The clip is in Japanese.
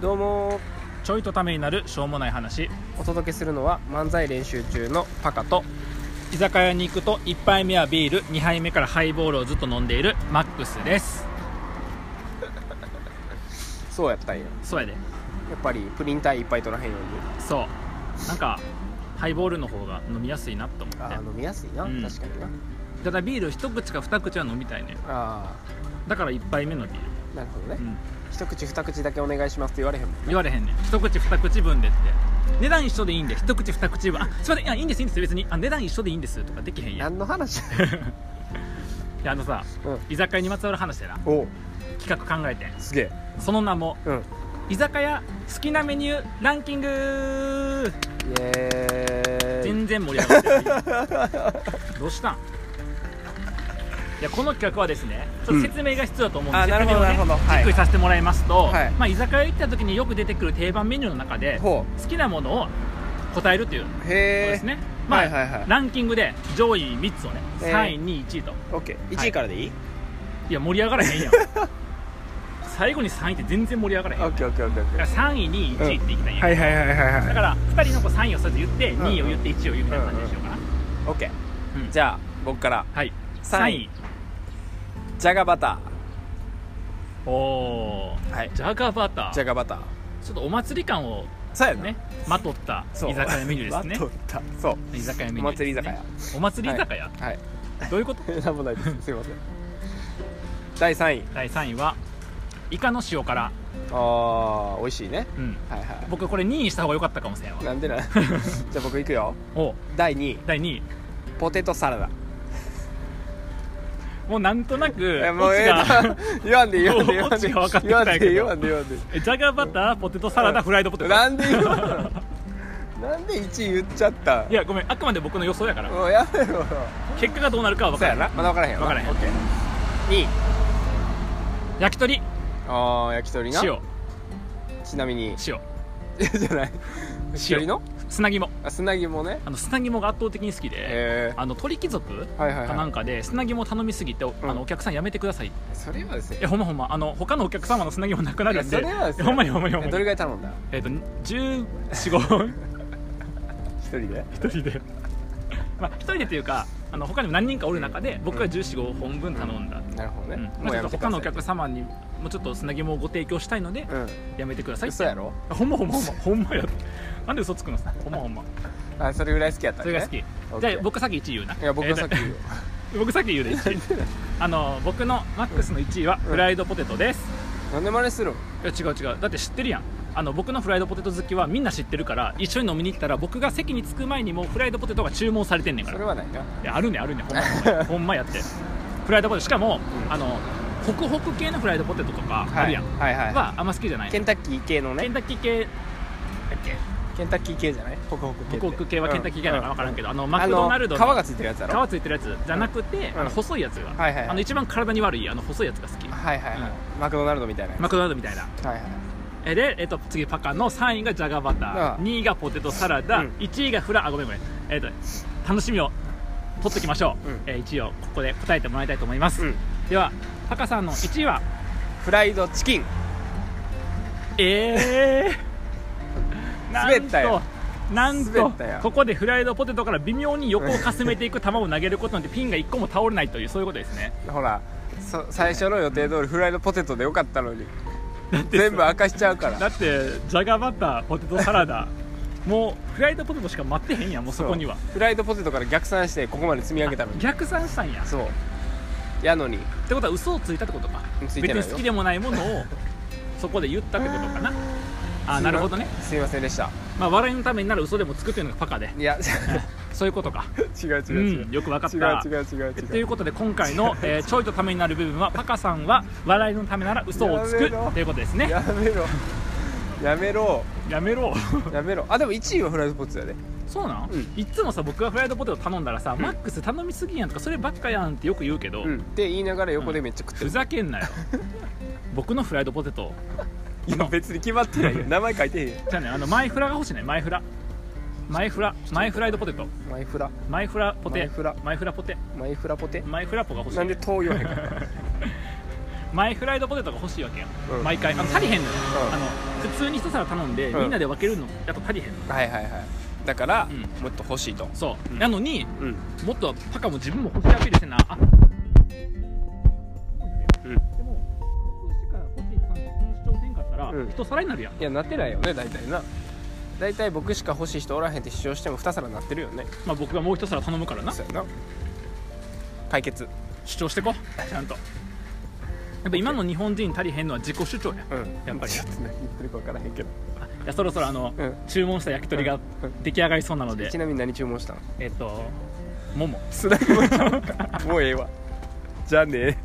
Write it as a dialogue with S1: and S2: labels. S1: どうも
S2: ちょいとためになるしょうもない話
S1: お届けするのは漫才練習中のパカと
S2: 居酒屋に行くと1杯目はビール2杯目からハイボールをずっと飲んでいるマックスです
S1: そうやったんやや
S2: そうやで
S1: っぱりプリン体いっぱい取らへんよう
S2: そうなんかハイボールの方が飲みやすいなと思
S1: にあー
S2: っ
S1: 飲みやすいな、
S2: うん
S1: 確かにな
S2: てただビール一口か二口は飲みたいね
S1: あ
S2: だから1杯目のビール、
S1: あなるほどね、
S2: うん、
S1: 一口二口だけお願いしますって言われへんもん
S2: 言われへんねん一口二口分でって値段一緒でいいんで一口二口分あすいませんいやいいんですいいんです別にあ値段一緒でいいんですとかできへんやんい
S1: 何の話
S2: やあのさ
S1: うん
S2: 居酒屋にまつわる話でな
S1: お
S2: 企画考えてん
S1: すげえ
S2: その名も
S1: うん
S2: 居酒屋好きなメニューランキング
S1: イエーイ
S2: 全然盛り上がってないどうしたんいやこの企画はですねちょっと説明が必要だと思うんで、
S1: うんあなるほど
S2: 説明をね
S1: なるほどはい
S2: じっくりさせてもらいますと、
S1: はい
S2: まあ、居酒屋行った時によく出てくる定番メニューの中で好
S1: ほ
S2: きなものを答えるという
S1: う
S2: そうで
S1: へ
S2: す
S1: え、
S2: ね、まあ
S1: はいはいはい
S2: ランキングで上位3つをね
S1: えー
S2: 3位2位1位と
S1: オッケー1位からでいい、
S2: いや盛り上がらへんやん最後に3位って全然盛り上がらへん
S1: オッ
S2: よだ
S1: ケーオッケーオッケーオッケ
S2: から
S1: ー
S2: 3位2位1位っていきたいんや、
S1: はいはいはいはい
S2: だ
S1: は
S2: か
S1: い
S2: ら2人のこう3位をそうやって言って
S1: うん
S2: 2位を言って1位を言うみたいな感じにしようかな、
S1: オッケー
S2: うん
S1: じゃあ僕から
S2: はい
S1: 三位じゃがバタ
S2: おおー、
S1: はい
S2: ジャガバター
S1: ーじゃがバター
S2: ちょっとお祭り感を
S1: そうやな
S2: ねまとった
S1: そう
S2: 居酒屋メニュー です
S1: バ
S2: ね
S1: トタそう
S2: 居酒屋メニューで
S1: お祭り
S2: すね、
S1: 居酒屋
S2: お祭り居酒屋、
S1: はい
S2: どういうこと
S1: なんもないですすいません第3位
S2: 第3位はイカの塩辛
S1: あー美味しいね
S2: うん
S1: はいは
S2: 僕これ2位にした方が良かったかもしれんわ
S1: いなんでなん じゃあ僕いくよ
S2: おう
S1: 第2位
S2: 第2位
S1: ポテトサラダ
S2: もうなんとなく
S1: えもう
S2: オチ
S1: ええな
S2: が
S1: 言わんで言わんで言わんで
S2: オチが分かってき
S1: 言
S2: た
S1: わん
S2: んや
S1: で
S2: けど
S1: 言わんで言わんで
S2: えジャガバターポテトサラダフライドポテト
S1: なんで言わんのなんで1位言っちゃったん
S2: いやごめんあくまで僕の予想やから
S1: もうやめろ
S2: 結果がどうなるかは分
S1: そ
S2: か
S1: う
S2: ら
S1: や
S2: な
S1: ないまだ分からへんよな
S2: 分からへん
S1: オッケー2位
S2: 焼き鳥
S1: あー焼き鳥な
S2: 塩
S1: ちなみに
S2: 塩
S1: じゃない焼き鳥の
S2: 砂肝
S1: あ砂肝ね
S2: あの砂肝が圧倒的に好きで、
S1: え
S2: あの鳥貴族
S1: ーはいはい
S2: かな
S1: は
S2: んかで砂肝頼みすぎて、おあのお客さんやめてください
S1: いそれはですね
S2: えほんまほんまあの他のお客様の砂肝なくなるんで
S1: いやそれはです
S2: え
S1: よ
S2: ほんまにほんまにほん
S1: え
S2: ま
S1: どれぐ
S2: に
S1: らい頼んだ
S2: えっ、と1415本
S1: 一人で
S2: 一人で まあ一人でというかあの他にも何人かおる中で僕が1415本分頼んだ、
S1: なるほど
S2: う
S1: ね
S2: ん
S1: もう
S2: まあ、ちょ
S1: や
S2: っ
S1: めて
S2: と
S1: くだ
S2: 他の
S1: さ
S2: お
S1: い
S2: 客様にもうちょっと砂肝をご提供したいので、
S1: うん
S2: やめてくださいって
S1: 嘘やろ
S2: ほんまほんまほんまほんまやなんで嘘つくのさほんまほんま
S1: あそれぐらい好きやった
S2: そ
S1: んね
S2: れが好き、
S1: OK
S2: じゃあ僕先1位言うない
S1: いや僕がさっき言うよ
S2: 僕さっき言うで1位 あの僕のマックスの1位はフライドポテトです、
S1: なんで真似するん
S2: いや違う違うだって知ってるやんあの僕のフライドポテト好きはみんな知ってるから一緒に飲みに行ったら僕が席に着く前にもうフライドポテトが注文されてんねんか
S1: そ
S2: ら
S1: れはないない
S2: やあるねんあるねん ほんまほんまほんまやってフライドポテトしかも、
S1: うん
S2: あのホクホク系のフライドポテトとかあ
S1: は
S2: る
S1: い
S2: やん、
S1: はいは
S2: はあんま好きじゃない
S1: い
S2: ケ
S1: ケ
S2: ン
S1: ンタッキー系のね
S2: タッキー系だっけ
S1: ケンタッキー系じゃないホクホク系って
S2: ホクホク系はケンタッキー系なのか分からんけど、あのマ
S1: あ
S2: ク
S1: の
S2: ドナルド
S1: 皮
S2: の
S1: がついてるやつやろ
S2: 皮ついてるやつじゃなくて、
S1: うん
S2: あの細いやつが、
S1: はいはいはい
S2: あの一番体に悪いあの細いやつが好き
S1: はいはいはいマクドナルドみたいなやつ
S2: マクドナルドみたいな
S1: はいはい
S2: えで、えっと、次パカの3位がジャガバタ
S1: あ
S2: ー
S1: あ
S2: 2位がポテトサラダ、
S1: うん
S2: 1位がフラあごめんごめん、えっと、楽しみを取っておきましょう、
S1: うん
S2: えー一応ここで答えてもらいたいと思います、
S1: うん
S2: ではパカさんの1位は
S1: フライドチキン
S2: え ー、
S1: 滑ったよ
S2: なんとなん
S1: 滑
S2: と
S1: ったよ
S2: ここでフライドポテトから微妙に横をかすめていく球を投げることによってピンが1個も倒れないというそういうことですね
S1: ほらそ最初の予定通りフライドポテトでよかったのに全部明かしちゃうから
S2: だってジャガバターポテトサラ ダもうフライドポテトしか待ってへんやんもうそこには
S1: うフライドポテトから逆算してここまで積み上げたのに
S2: 逆算したんや
S1: そうやのに
S2: ってことは嘘をついたってことか
S1: つ
S2: 別
S1: いてないよ
S2: に好きでもないもの をそこで言ったってことかなあーなるほどね、
S1: すいませんでした
S2: まあ、笑いのためになら嘘でもつくというのがパカで
S1: いや
S2: そういうことか
S1: 違う違う違う、
S2: うんよくわかった
S1: 違う違う違う違う
S2: ということで今回 の、えーちょいとためになる部分はパカさんは笑いのためなら嘘をつ
S1: や
S2: く
S1: めろ
S2: ということですねや
S1: やめろやめろ
S2: め ろ
S1: やめろあでも1位はフライドポテトやで
S2: そうなん、
S1: うん
S2: いつもさ僕がフライドポテト頼んだらさ、マックス頼みすぎやんとかそればっかやんってよく言うけど、
S1: うんって言いながら横でめっちゃ食って
S2: ふ
S1: る、
S2: ざけ んなよ僕のフライドポテト
S1: いや別に決まってないよ名前書いてへんよ
S2: じゃあねあのマイフラが欲しいねマイフラマイフラマイフライドポテト
S1: マイフラ
S2: マイフラポテ
S1: マイフラ
S2: マイフラポテ
S1: マイフラポテ
S2: マイフラポが欲しい
S1: なんで遠いわへんかった
S2: マイフライドポテトが欲しいわけよ、
S1: うん
S2: 毎回あの足りへんのよ、
S1: うん
S2: あの普通に一皿頼んで、
S1: うん
S2: みんなで分けるのやと足りへんの
S1: はいはいはいだから、
S2: うん
S1: もっと欲しいと
S2: そう、
S1: うん
S2: なのに
S1: うん
S2: もっとパカも自分も欲しいアピールしてんなあ
S1: うん
S2: でも僕しか欲しい感主張せんかったら、
S1: うん
S2: 一皿になるやん
S1: いやなってないよね大体な大体僕しか欲しい人おらへんって主張しても2皿なってるよね
S2: まあ僕がもう一皿頼むからな
S1: そうやな解決
S2: 主張してこちゃんとやっぱ今の日本人足りへんのは自己主張や
S1: うん
S2: やっぱり
S1: ちょっと何言ってるか分からへんけど
S2: いやそろそろあの、
S1: うん
S2: 注文した焼き鳥が
S1: うん
S2: 出来上がりそうなので
S1: ちなみに何注文したの
S2: えっともも
S1: スナックもちゃうかもうええわじゃあね